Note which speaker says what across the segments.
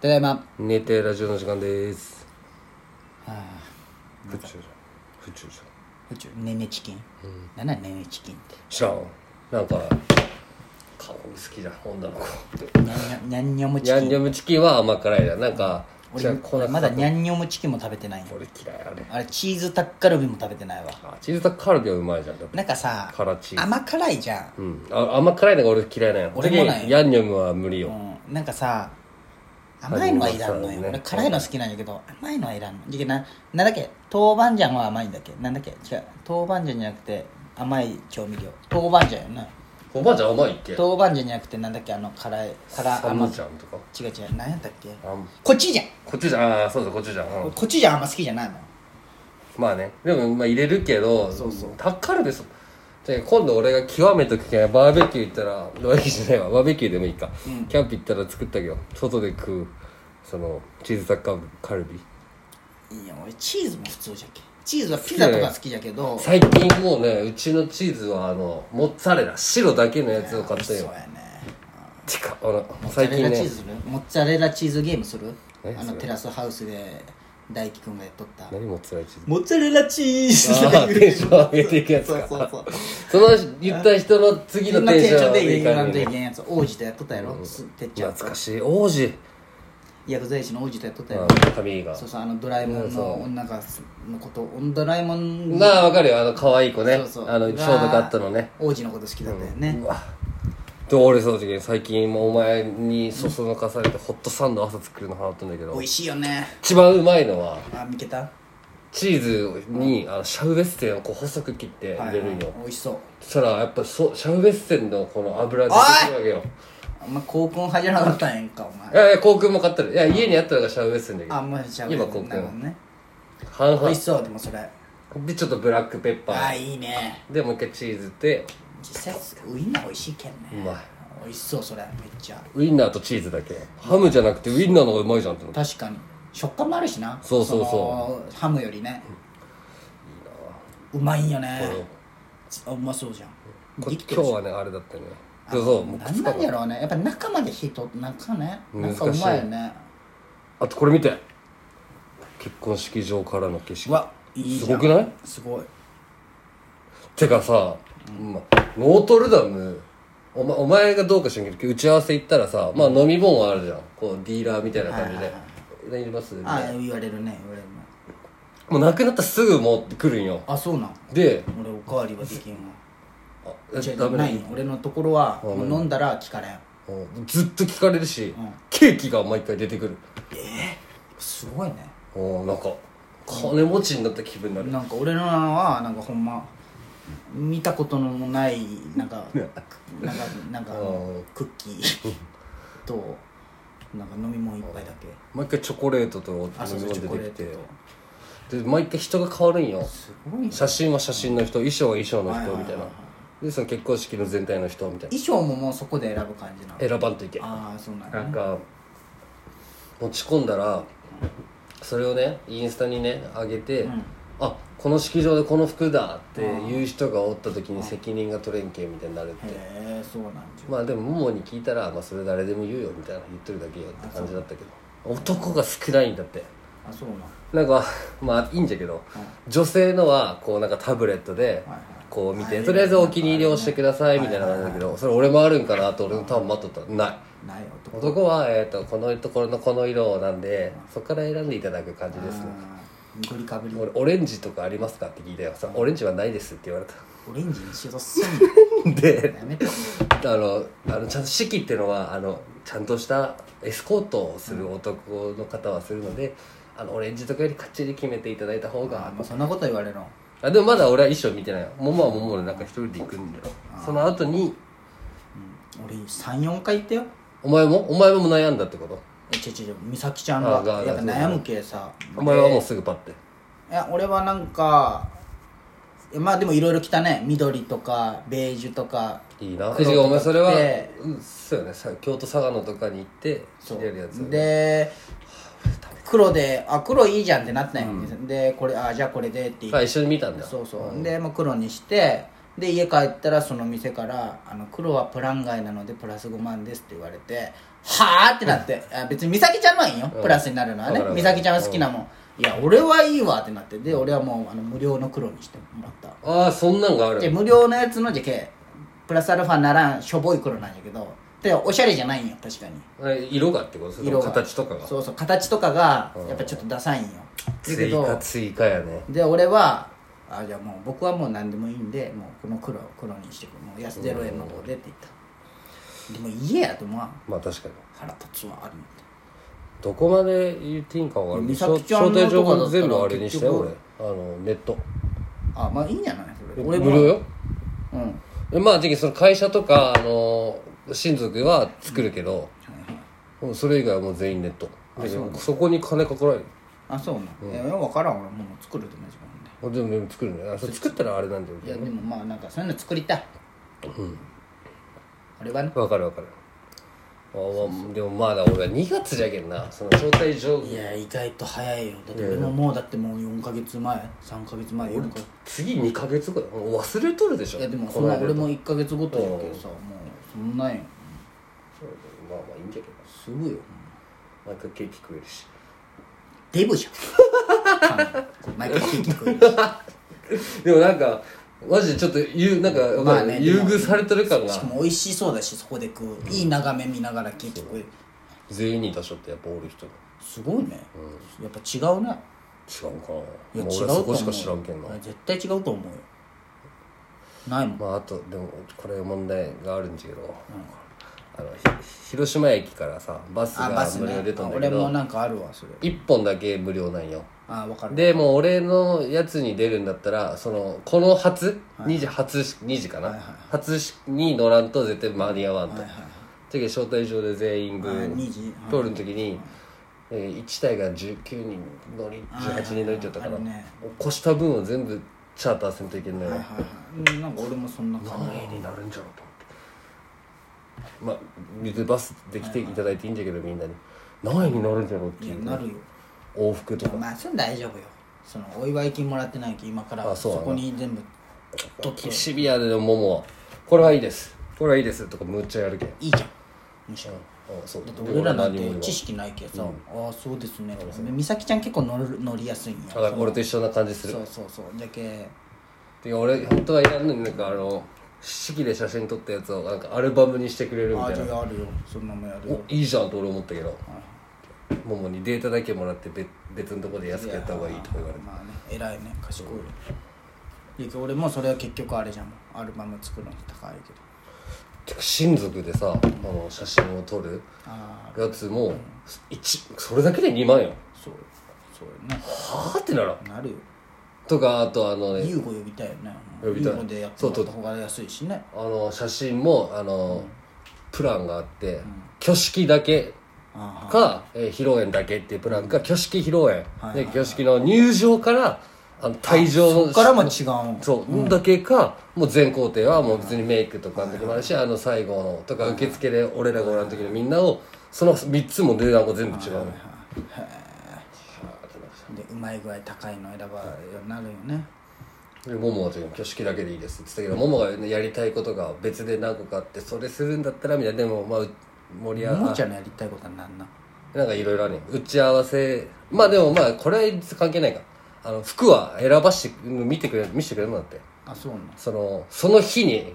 Speaker 1: ただいま
Speaker 2: 寝てラジオの時間です
Speaker 1: はあ
Speaker 2: 府中じゃん府中じ
Speaker 1: 宇宙ねねチキン、なんなんねねチキンって
Speaker 2: ゃん知らんなんか顔好きじゃん女の子
Speaker 1: にゃんにゃんにゃんにょむ
Speaker 2: ニ
Speaker 1: チ
Speaker 2: ャ
Speaker 1: キ
Speaker 2: ンニ
Speaker 1: ン
Speaker 2: ョムチキンは甘辛いじゃんなんか違う粉
Speaker 1: 俺まだにゃんにょむチキンも食べてないよ
Speaker 2: 俺嫌いあれ
Speaker 1: あれチーズタッカルビも食べてないわ
Speaker 2: あチーズタッカルビはうまいじゃんでも
Speaker 1: なんかさ
Speaker 2: 辛チーズ
Speaker 1: 甘辛いじゃん、
Speaker 2: うんあ甘辛いのが俺嫌いなんよ
Speaker 1: 俺もない
Speaker 2: 次ヤンニョムは無理よ
Speaker 1: うん、なんかさ甘いのはいらんの
Speaker 2: あ
Speaker 1: よ、
Speaker 2: りますよね
Speaker 1: 俺辛いの好きなんだけど甘いのはいらんのじゃけななんだっけ豆板醤は甘いんだっけなんだっけ違う豆板醤じゃなくて甘い調味料豆板醤よな
Speaker 2: おばあちゃん甘いっけ
Speaker 1: 豆板醤じゃなくてなんだっけあの辛い辛
Speaker 2: サ
Speaker 1: 甘い
Speaker 2: ムちゃんとか
Speaker 1: 違う違う何やったっけ
Speaker 2: あん
Speaker 1: コチュジャン
Speaker 2: こっちじゃんああそうそうこっちじゃん、うん
Speaker 1: 俺コチュジャンあんま好きじゃないの
Speaker 2: まあねでもまあ入れるけどそうそうタッカルビそじゃあ今度俺が極めとくけんバーベキュー行ったらバーベキューじゃないわバーベキューでもいいか、キャンプ行ったら作ったけど外で食うそのチーズタッカルビ
Speaker 1: いや俺チーズも普通じゃけチーズはピザとか好きじゃけど
Speaker 2: 最近もうねうちのチーズはあのモッツァレラ白だけのやつを買った
Speaker 1: そう
Speaker 2: よ
Speaker 1: やね
Speaker 2: てかあの
Speaker 1: モッツ
Speaker 2: 最
Speaker 1: ァレ
Speaker 2: 近
Speaker 1: ラチー
Speaker 2: ね
Speaker 1: ズするモッツァレラチーズゲームする
Speaker 2: え
Speaker 1: あ
Speaker 2: そ
Speaker 1: の
Speaker 2: れ
Speaker 1: テラスハウスで大輝くんがやっとった
Speaker 2: 何モッツァレラチーズ
Speaker 1: モッツァレラチーズ
Speaker 2: あーテンション上げていくやつ
Speaker 1: そう
Speaker 2: か
Speaker 1: そうそう
Speaker 2: その言った人の次
Speaker 1: 次の
Speaker 2: の
Speaker 1: テ
Speaker 2: テ
Speaker 1: ン
Speaker 2: ン
Speaker 1: シ
Speaker 2: シ
Speaker 1: ョ
Speaker 2: ョ
Speaker 1: ン
Speaker 2: ン
Speaker 1: で
Speaker 2: で
Speaker 1: イ
Speaker 2: い
Speaker 1: ング
Speaker 2: か
Speaker 1: ラ
Speaker 2: ん
Speaker 1: ンドい
Speaker 2: ね
Speaker 1: けんやつ王子とやっとったやろすてっちゃんと
Speaker 2: 懐かしい王子
Speaker 1: ヤクザイシの王子とやっとったや
Speaker 2: あ
Speaker 1: ろ
Speaker 2: ー髪が
Speaker 1: そうそうあのドラえもんの女がのことドラえもん
Speaker 2: まあわかるよあの可愛い子ね
Speaker 1: そうそう
Speaker 2: あのショートカットのね
Speaker 1: 王子のこと好きだったよね
Speaker 2: うわで俺その時に最近もうお前にそそのかされてホットサンド朝作るのハマったんだけ
Speaker 1: 美
Speaker 2: ど
Speaker 1: 味しいよね
Speaker 2: 一番うまいのは
Speaker 1: あ見けた
Speaker 2: チーズにあのシャウエッセンをこう細く切って入れるんよ
Speaker 1: 美味しそう
Speaker 2: そしたらやっぱそシャウエッセンのこの油出てくるわけよ
Speaker 1: あんま高校入らなかったんやんかお前
Speaker 2: いやいや航空も買ったらいや家にあったのがシャウエッセンだけ
Speaker 1: あ
Speaker 2: ど
Speaker 1: んまりしゃ
Speaker 2: 今高校
Speaker 1: ね
Speaker 2: 半
Speaker 1: 美
Speaker 2: 々
Speaker 1: 味しそうでもそれ
Speaker 2: でちょっとブラックペッパ
Speaker 1: あ
Speaker 2: ー
Speaker 1: いいね
Speaker 2: でもう一回チーズで
Speaker 1: 実際ウインナー美味しいけん
Speaker 2: う
Speaker 1: ね
Speaker 2: まい
Speaker 1: 美味しそうそれめっちゃ
Speaker 2: ウインナーとチーズだけハムじゃなくてウインナーの方がうまいじゃんって思って
Speaker 1: 確かに食感もあるしな
Speaker 2: そうそうそう
Speaker 1: うハムよりねうまいよねあうまそうじゃん
Speaker 2: こ
Speaker 1: で
Speaker 2: 今
Speaker 1: きて
Speaker 2: 日
Speaker 1: るし
Speaker 2: はねあれだったねそうそうもう
Speaker 1: なんなんやろうねやっぱ中まで火と中ねなんかう
Speaker 2: 難しい
Speaker 1: まいよね
Speaker 2: あとこれ見て結婚式場からの景
Speaker 1: う
Speaker 2: 色
Speaker 1: わいいじゃん
Speaker 2: すごくない
Speaker 1: すごい
Speaker 2: てかさ、まノートルダムお,、ま、お前がどうかしらんけど打ち合わせ行ったらさ、まあ、飲み物はあるじゃんこうディーラーみたいな感じ
Speaker 1: はい
Speaker 2: で
Speaker 1: はいはい
Speaker 2: 「何いります?」みた
Speaker 1: あ
Speaker 2: いな
Speaker 1: 言われるね言われるね
Speaker 2: もうなくなったらすぐ持ってくるんよ
Speaker 1: あそうなん
Speaker 2: で
Speaker 1: 俺おかわりはできんわ
Speaker 2: あえ
Speaker 1: 違う
Speaker 2: ダメ
Speaker 1: な
Speaker 2: だ
Speaker 1: いよ俺のところは
Speaker 2: あない
Speaker 1: もう飲んだら聞かれん
Speaker 2: うんずっと聞かれるし、
Speaker 1: ん
Speaker 2: ケーキが毎回出てくる
Speaker 1: すごいね
Speaker 2: うんなんか金持ちになった気分になる
Speaker 1: なんか俺のはなんかほんま見たことのないなんかなんかなんかあのクッキーとなんか飲み物一杯だけ
Speaker 2: 毎回チョコレートと飲み
Speaker 1: あそうそう
Speaker 2: 物
Speaker 1: チョコレ
Speaker 2: 出
Speaker 1: ー
Speaker 2: て
Speaker 1: ト
Speaker 2: きてで毎回人が変わるんよ
Speaker 1: すごいね
Speaker 2: 写真は写真の人衣装は衣装の
Speaker 1: はいはい
Speaker 2: 人
Speaker 1: はい
Speaker 2: みたいなでその結婚式の全体の人みたいな
Speaker 1: 衣装ももうそこで選ぶ感じなの
Speaker 2: 選ばんといけな
Speaker 1: ああそうなん
Speaker 2: ん
Speaker 1: だ
Speaker 2: か持ち込んだらそれをねインスタにね上げて、
Speaker 1: ん
Speaker 2: あこの式場でこの服だっていう人がおった時に責任が取れんけんみたいになるって
Speaker 1: へえそうなんじゃ
Speaker 2: まあでもももに聞いたら、まあ、それ誰でも言うよみたいな言ってるだけよって感じだったけど男が少ないんだって
Speaker 1: あそうなん
Speaker 2: なんかまあいいんじゃけど、女性のはこうなんかタブレットで
Speaker 1: はい
Speaker 2: こう見て、
Speaker 1: はい
Speaker 2: とりあえずお気に入りを押してくださいみたいな感じだけど、それ俺もあるんかなと俺のターン待っとったらない
Speaker 1: ない男
Speaker 2: 男は、えー、とこのところのこの色なんでそこから選んでいただく感じですね
Speaker 1: あー緑かぶり
Speaker 2: 俺オレンジとかありますかって聞いたよさ「オレンジはないです」って言われた
Speaker 1: オレンジにしようとすん
Speaker 2: で
Speaker 1: のやめて
Speaker 2: あのあのちゃんと式っていうのはあのちゃんとしたエスコートをする男の方はするので、あのオレンジとかよりかっちり決めていただいた方
Speaker 1: あ
Speaker 2: が
Speaker 1: もうそんなこと言われるの
Speaker 2: あでもまだ俺は衣装見てないよももはももでなんか一人で行くんだよその後に
Speaker 1: 俺34回行ったよ
Speaker 2: お前もお前も悩んだってこと
Speaker 1: え違う違う違う美咲ちゃん
Speaker 2: あが
Speaker 1: が
Speaker 2: が
Speaker 1: やっぱ悩むけさ
Speaker 2: お前はもうすぐパッて
Speaker 1: いや俺はなんかえまあでもいろいろ来たね緑とかベージュとか
Speaker 2: いい
Speaker 1: 黒
Speaker 2: なえ
Speaker 1: とか
Speaker 2: じゃあお前それは
Speaker 1: で
Speaker 2: うんそうよねさ京都佐賀のとかに行って
Speaker 1: そう
Speaker 2: やるやつよね
Speaker 1: で黒であ黒いいじゃんってなったんよ、でこれあじゃあこれでって言って
Speaker 2: あ一緒に見たんだ
Speaker 1: そうそう、で、まあ、黒にしてで家帰ったらその店から「あの黒はプラン外なのでプラス5万です」って言われて「はあ?」ってなってあ別に美咲ちゃんのはいいよ
Speaker 2: うん
Speaker 1: プラスになるのはね
Speaker 2: わかる
Speaker 1: 美咲ちゃんは好きなもんいや俺はいいわってなってで俺はもうあの無料の黒にしてもらった
Speaker 2: ああそんなんがあ
Speaker 1: で
Speaker 2: る
Speaker 1: 無料のやつのじゃけプラスアルファならんしょぼい黒なんやけどでおしゃれじゃないんよ確かに
Speaker 2: え色がってことそれとも
Speaker 1: が
Speaker 2: 形とかが
Speaker 1: そうそう形とかが
Speaker 2: うん
Speaker 1: やっぱちょっとダサいんよだけ
Speaker 2: 追加
Speaker 1: ど
Speaker 2: 追加やね
Speaker 1: で俺はあじゃあもう僕はもう何でもいいんでもうこの黒黒にしてくもう安0円の方でって言ったでも家やと思わん
Speaker 2: まあ確かに
Speaker 1: 腹立つわある
Speaker 2: どこまで言っていいんか分からん
Speaker 1: 美
Speaker 2: 招
Speaker 1: 咲ちゃんのとかだっ
Speaker 2: 待
Speaker 1: たら
Speaker 2: 状も全部あれにしたよ俺
Speaker 1: 結
Speaker 2: あのネット
Speaker 1: あまあいいんじゃないそれ
Speaker 2: 無
Speaker 1: 俺も
Speaker 2: 料よ
Speaker 1: うんはい
Speaker 2: でまあじゃあその会社とかあの親族は作るけど、
Speaker 1: はい
Speaker 2: もうそれ以外はもう全員ネット
Speaker 1: あそうな
Speaker 2: そそこに金かからない
Speaker 1: あそうなの分からん俺もう作ると同じもんで
Speaker 2: 俺でもでも作るねあそれ作ったらあれなんだよ
Speaker 1: いやでもまあなんかそういうの作りたい俺はね
Speaker 2: わかるわかるあ、まあ、でもまあだ俺は2月じゃけんなその招待状
Speaker 1: いや意外と早いよだって俺ももうだってもう4ヶ月前3ヶ月前4ヶ月
Speaker 2: 次2ヶ月後だもう忘れとるでしょ
Speaker 1: いやでも
Speaker 2: こ
Speaker 1: そ
Speaker 2: の
Speaker 1: んな
Speaker 2: 間と
Speaker 1: 俺も1ヶ月ごとやけどさもうそんなんよ
Speaker 2: そうだよまあまあいいんじゃけど
Speaker 1: すぐよ
Speaker 2: 毎回ケーキ食えるし
Speaker 1: デブじゃ ん毎回聞いてくれるし
Speaker 2: でもなんかマジでちょっと言うなんか、
Speaker 1: まあね
Speaker 2: 優遇されてる感が
Speaker 1: しかも美味しそうだしそこで食ういい眺め見ながら聞いてくれる
Speaker 2: 全員に出しとってやっぱおる人
Speaker 1: すごいねやっぱ違うな
Speaker 2: 違うか
Speaker 1: いや
Speaker 2: なもう
Speaker 1: 違うと
Speaker 2: 俺
Speaker 1: 思
Speaker 2: はそうこしか知らんけんな
Speaker 1: あ絶対違うと思うよないもん
Speaker 2: まああとでもこれ問題があるんじゃけど、あのひ広島駅からさバス
Speaker 1: あバ
Speaker 2: が
Speaker 1: ス
Speaker 2: 無料
Speaker 1: ね
Speaker 2: で出
Speaker 1: あ
Speaker 2: たんだけ
Speaker 1: 俺
Speaker 2: ど、
Speaker 1: もなんかあるわそれ
Speaker 2: 1本だけ無料なんよ
Speaker 1: あ分かる
Speaker 2: でもう俺のやつに出るんだったらそのこの初2時初2時かな、
Speaker 1: はいはい
Speaker 2: 初に乗らんと絶対間に合わんと、
Speaker 1: はいはい
Speaker 2: てけ招待状で全員
Speaker 1: あ
Speaker 2: 分
Speaker 1: 二時はい
Speaker 2: 通る時に、えー1台が19人乗り18人乗りって言ったか
Speaker 1: あ
Speaker 2: ら、
Speaker 1: るね
Speaker 2: 起こした分を全部チャーターせんといけないのよ、
Speaker 1: はいはいはいうんなんか俺もそんな感
Speaker 2: 何円になるんじゃろうと思ってまあ別にバスで来ていただいていいんじゃけどみんなに何円になるんじゃろうって
Speaker 1: じい
Speaker 2: い
Speaker 1: や
Speaker 2: う
Speaker 1: なるよ
Speaker 2: 往復とか
Speaker 1: まあそれ大丈夫よそのお祝い金もらってないけど今から
Speaker 2: あそ
Speaker 1: そう
Speaker 2: だな
Speaker 1: こに全部取って
Speaker 2: シビアでのももはこれはいいですこれはいいですとかむっちゃやるけん
Speaker 1: いいじゃんむしろ
Speaker 2: あそう
Speaker 1: だって俺らなんて
Speaker 2: でも何も言わん
Speaker 1: 知識ないけどさ、ああそうですね美咲ちゃん結構乗る乗りやすいん
Speaker 2: あだから
Speaker 1: よ
Speaker 2: 俺と一緒な感じする
Speaker 1: そうそうそうじゃけ
Speaker 2: てか俺本当はいらんのになんかあの式で写真撮ったやつをなんかアルバムにしてくれるみ
Speaker 1: あ
Speaker 2: た
Speaker 1: あ
Speaker 2: い
Speaker 1: じ
Speaker 2: な
Speaker 1: ゃああるよそんなもんやるよ
Speaker 2: おいいじゃんと俺思ったけどももにデータだけもらって別別のとこで安くやった方がいいとか言われて
Speaker 1: まあね偉いね賢いよいやけど俺もそれは結局あれじゃんアルバム作るの高いけど
Speaker 2: てか親族でさあの写真を撮る
Speaker 1: ああ
Speaker 2: やつも一それだけで2万円
Speaker 1: そうそうよね
Speaker 2: はあってならん
Speaker 1: なるよ
Speaker 2: とかあとあのね
Speaker 1: 優吾呼びたいよね
Speaker 2: 呼びたい
Speaker 1: 優吾でやってもらった方が安いしね
Speaker 2: あの写真もあの、プランがあって、挙式だけ
Speaker 1: あ
Speaker 2: か、えー披露宴だけっていうプランか、挙式披露宴、
Speaker 1: はいはいは
Speaker 2: で挙式の入場からあの退場
Speaker 1: あそっからも違うん
Speaker 2: そう、だけかもう全工程はもう別にメイクとかの時もあるし、あの最後のとか受付で俺らがおらん時のみんなをその3つも値段が全部違うの、
Speaker 1: でうまい具合高いの選ばようになるよね
Speaker 2: でももは挙式だけでいいですって言ってたけどももが、ね、やりたいことが別で何個かあってそれするんだったらみたいなでもまあう盛り上
Speaker 1: も
Speaker 2: が
Speaker 1: もちゃんのやりたいことは何なん
Speaker 2: なんかいろいろあるね打ち合わせまあでもまあこれは関係ないかあの服は選ばして見てくれ見せてくれるんだって
Speaker 1: あそうなん
Speaker 2: そのその日に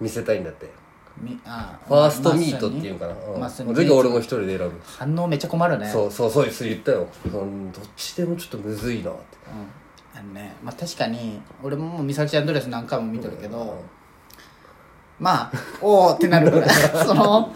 Speaker 2: 見せたいんだって
Speaker 1: みあ
Speaker 2: ファーストミートっていうかな、
Speaker 1: ま
Speaker 2: う
Speaker 1: さ
Speaker 2: ん、
Speaker 1: に
Speaker 2: 俺が俺も一人で選ぶ、
Speaker 1: 反応めっちゃ困るね
Speaker 2: そうそうそうです言ったよ、うん、どっちでもちょっとむずいなって
Speaker 1: うんあのねまあ確かに俺ももう美咲ちゃんドレス何回も見てるけど、まあおおってなる ぐらいその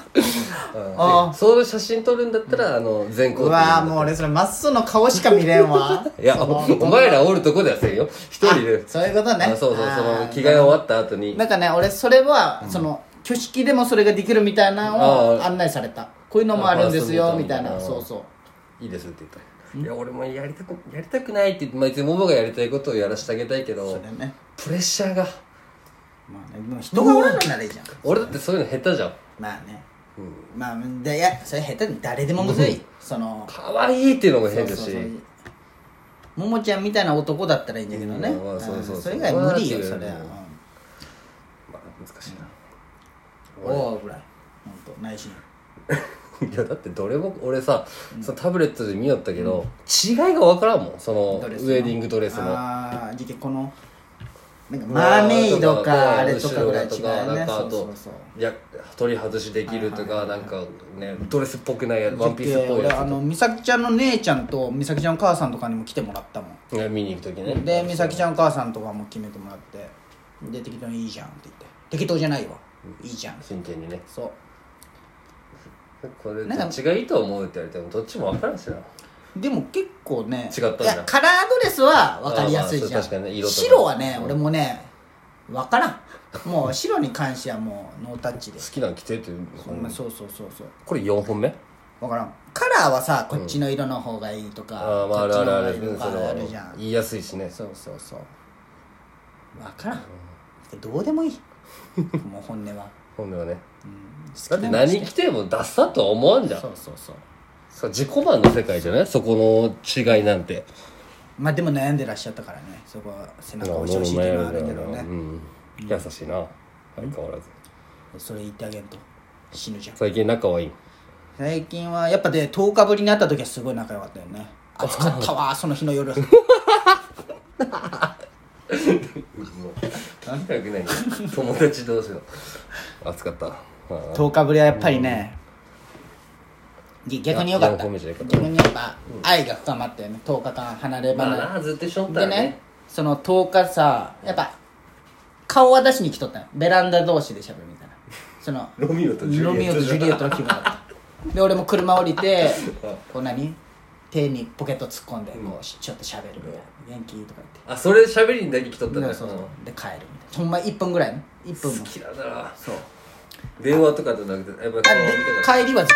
Speaker 2: うん、でそういう写真撮るんだったら、あの全校
Speaker 1: うわーもう俺それまっすぐの顔しか見れんわ
Speaker 2: いや、おお前らおるとこではせんよ。一人で。
Speaker 1: そういうことね
Speaker 2: あそうそう、
Speaker 1: あ
Speaker 2: そ
Speaker 1: ー
Speaker 2: の、着替え終わった後に
Speaker 1: な。んかね俺それはその挙式でもそれができるみたいなの
Speaker 2: あ
Speaker 1: を
Speaker 2: ー
Speaker 1: 案内されたこういうのもあるんです
Speaker 2: あ
Speaker 1: よ
Speaker 2: ー
Speaker 1: みたい
Speaker 2: あ
Speaker 1: な
Speaker 2: ー
Speaker 1: そうそう
Speaker 2: いいですって言った。いや、俺もやりたく、やりたくないって言って、まあ、いつももがやりたいことをやらせてあげたいけ
Speaker 1: そ
Speaker 2: ど
Speaker 1: れ、ね
Speaker 2: プレッシャーが。
Speaker 1: まあねでも人がおらんならいいじゃん
Speaker 2: 俺だってそういうの下手じゃん。
Speaker 1: まあねまあでいやそれ下手に誰でもむずいその
Speaker 2: 可愛いっていうのも変だ
Speaker 1: そう
Speaker 2: し
Speaker 1: そう。ももちゃんみたいな男だったらいいんだけどね
Speaker 2: うんまあそうそううん
Speaker 1: それ以外無理よそれは
Speaker 2: まあ
Speaker 1: 難しいな「
Speaker 2: 俺
Speaker 1: おお」ぐらい本当内心
Speaker 2: いやだってどれも俺さ、そのタブレットで見よったけど、違いが分からんもんそのウ
Speaker 1: ドレスの
Speaker 2: ェディングドレスの
Speaker 1: ああじゃあこのなんかマーメイドかあれとかぐらい違うよ
Speaker 2: なん
Speaker 1: ね
Speaker 2: かあ
Speaker 1: そ
Speaker 2: と
Speaker 1: うそうそう
Speaker 2: いや取り外しできるとか、
Speaker 1: はいはいはい
Speaker 2: なんかねドレスっぽくないやワンピースっぽい
Speaker 1: 俺
Speaker 2: や
Speaker 1: あの美咲ちゃんの姉ちゃんと美咲ちゃんの母さんとかにも来てもらったもん
Speaker 2: ついや見に行く時ね
Speaker 1: で美咲ちゃんお母さんとかも決めてもらってで適当に「いいじゃん」って言って適当じゃないわいいじゃん
Speaker 2: 真剣にね
Speaker 1: そう
Speaker 2: これ
Speaker 1: な
Speaker 2: ど
Speaker 1: んか
Speaker 2: っちがいいと思うって言われてもどっちも分からんしな
Speaker 1: でも結構ね
Speaker 2: 違ったん
Speaker 1: い
Speaker 2: だ
Speaker 1: やカラードレスは分かりやすいじゃん、
Speaker 2: あーまあそう確かにね色とか
Speaker 1: 白はね
Speaker 2: うん
Speaker 1: 俺もね分からんもう白に関してはもうノータッチで
Speaker 2: 好
Speaker 1: す、
Speaker 2: きなん着てっていう
Speaker 1: ほんまそうそうそうそう
Speaker 2: これ4本目
Speaker 1: 分からんカラーはさこっちの色の方がいいとか、
Speaker 2: ああま
Speaker 1: こっ
Speaker 2: あある
Speaker 1: ち
Speaker 2: あ
Speaker 1: の
Speaker 2: る
Speaker 1: 方
Speaker 2: あ
Speaker 1: が
Speaker 2: る
Speaker 1: いいとかあるじゃん
Speaker 2: 言いやすいしね
Speaker 1: そうそうそう分からんどうでもいいもう本音は
Speaker 2: 本音はね
Speaker 1: 好
Speaker 2: だ
Speaker 1: き
Speaker 2: って
Speaker 1: なの好き
Speaker 2: 何着てもダッサとは思わんじゃん
Speaker 1: そうそうそう
Speaker 2: そう自己満の世界じゃないそこの違いなんて
Speaker 1: まあでも悩んでらっしゃったからねそこは背中を
Speaker 2: 物
Speaker 1: 押してほしいっていうのはあるけど
Speaker 2: の前
Speaker 1: ね
Speaker 2: だよなうん優しいな相変わらず
Speaker 1: それ言ってあげんと死ぬじゃん
Speaker 2: 最近仲はいい
Speaker 1: 最近はやっぱで10日ぶりに会った時はすごい仲良かったよね暑かった わその日の夜
Speaker 2: 仲良くない友達同士の暑かったああ
Speaker 1: 10日ぶりはやっぱりね、ぎ逆によかっ
Speaker 2: いや
Speaker 1: た
Speaker 2: いや褒めちゃいかん
Speaker 1: 逆にやっぱ愛が深まったよね10日間離れ離れ、
Speaker 2: まあなずっと一緒だっ
Speaker 1: で
Speaker 2: たら
Speaker 1: ね
Speaker 2: ね
Speaker 1: その10日さやっぱ顔は出しに来とったよベランダ同士でしゃべるみたいなその
Speaker 2: ロミオとジュリ
Speaker 1: ロミ
Speaker 2: エット
Speaker 1: オとジュリエットの気分だったで俺も車降り てこう何手にポケット突っ込んでこうしちょっとしゃべるみたいな「元気?」とか
Speaker 2: あそれ喋りにだけ来とった
Speaker 1: 言って
Speaker 2: ね
Speaker 1: でそうそうで帰るみたいなほんま1分ぐらいね1分
Speaker 2: 好
Speaker 1: も
Speaker 2: きだな
Speaker 1: そう
Speaker 2: 電話とかじゃなくてやっぱ
Speaker 1: あ
Speaker 2: 顔を見たか
Speaker 1: で帰りはずっと電話し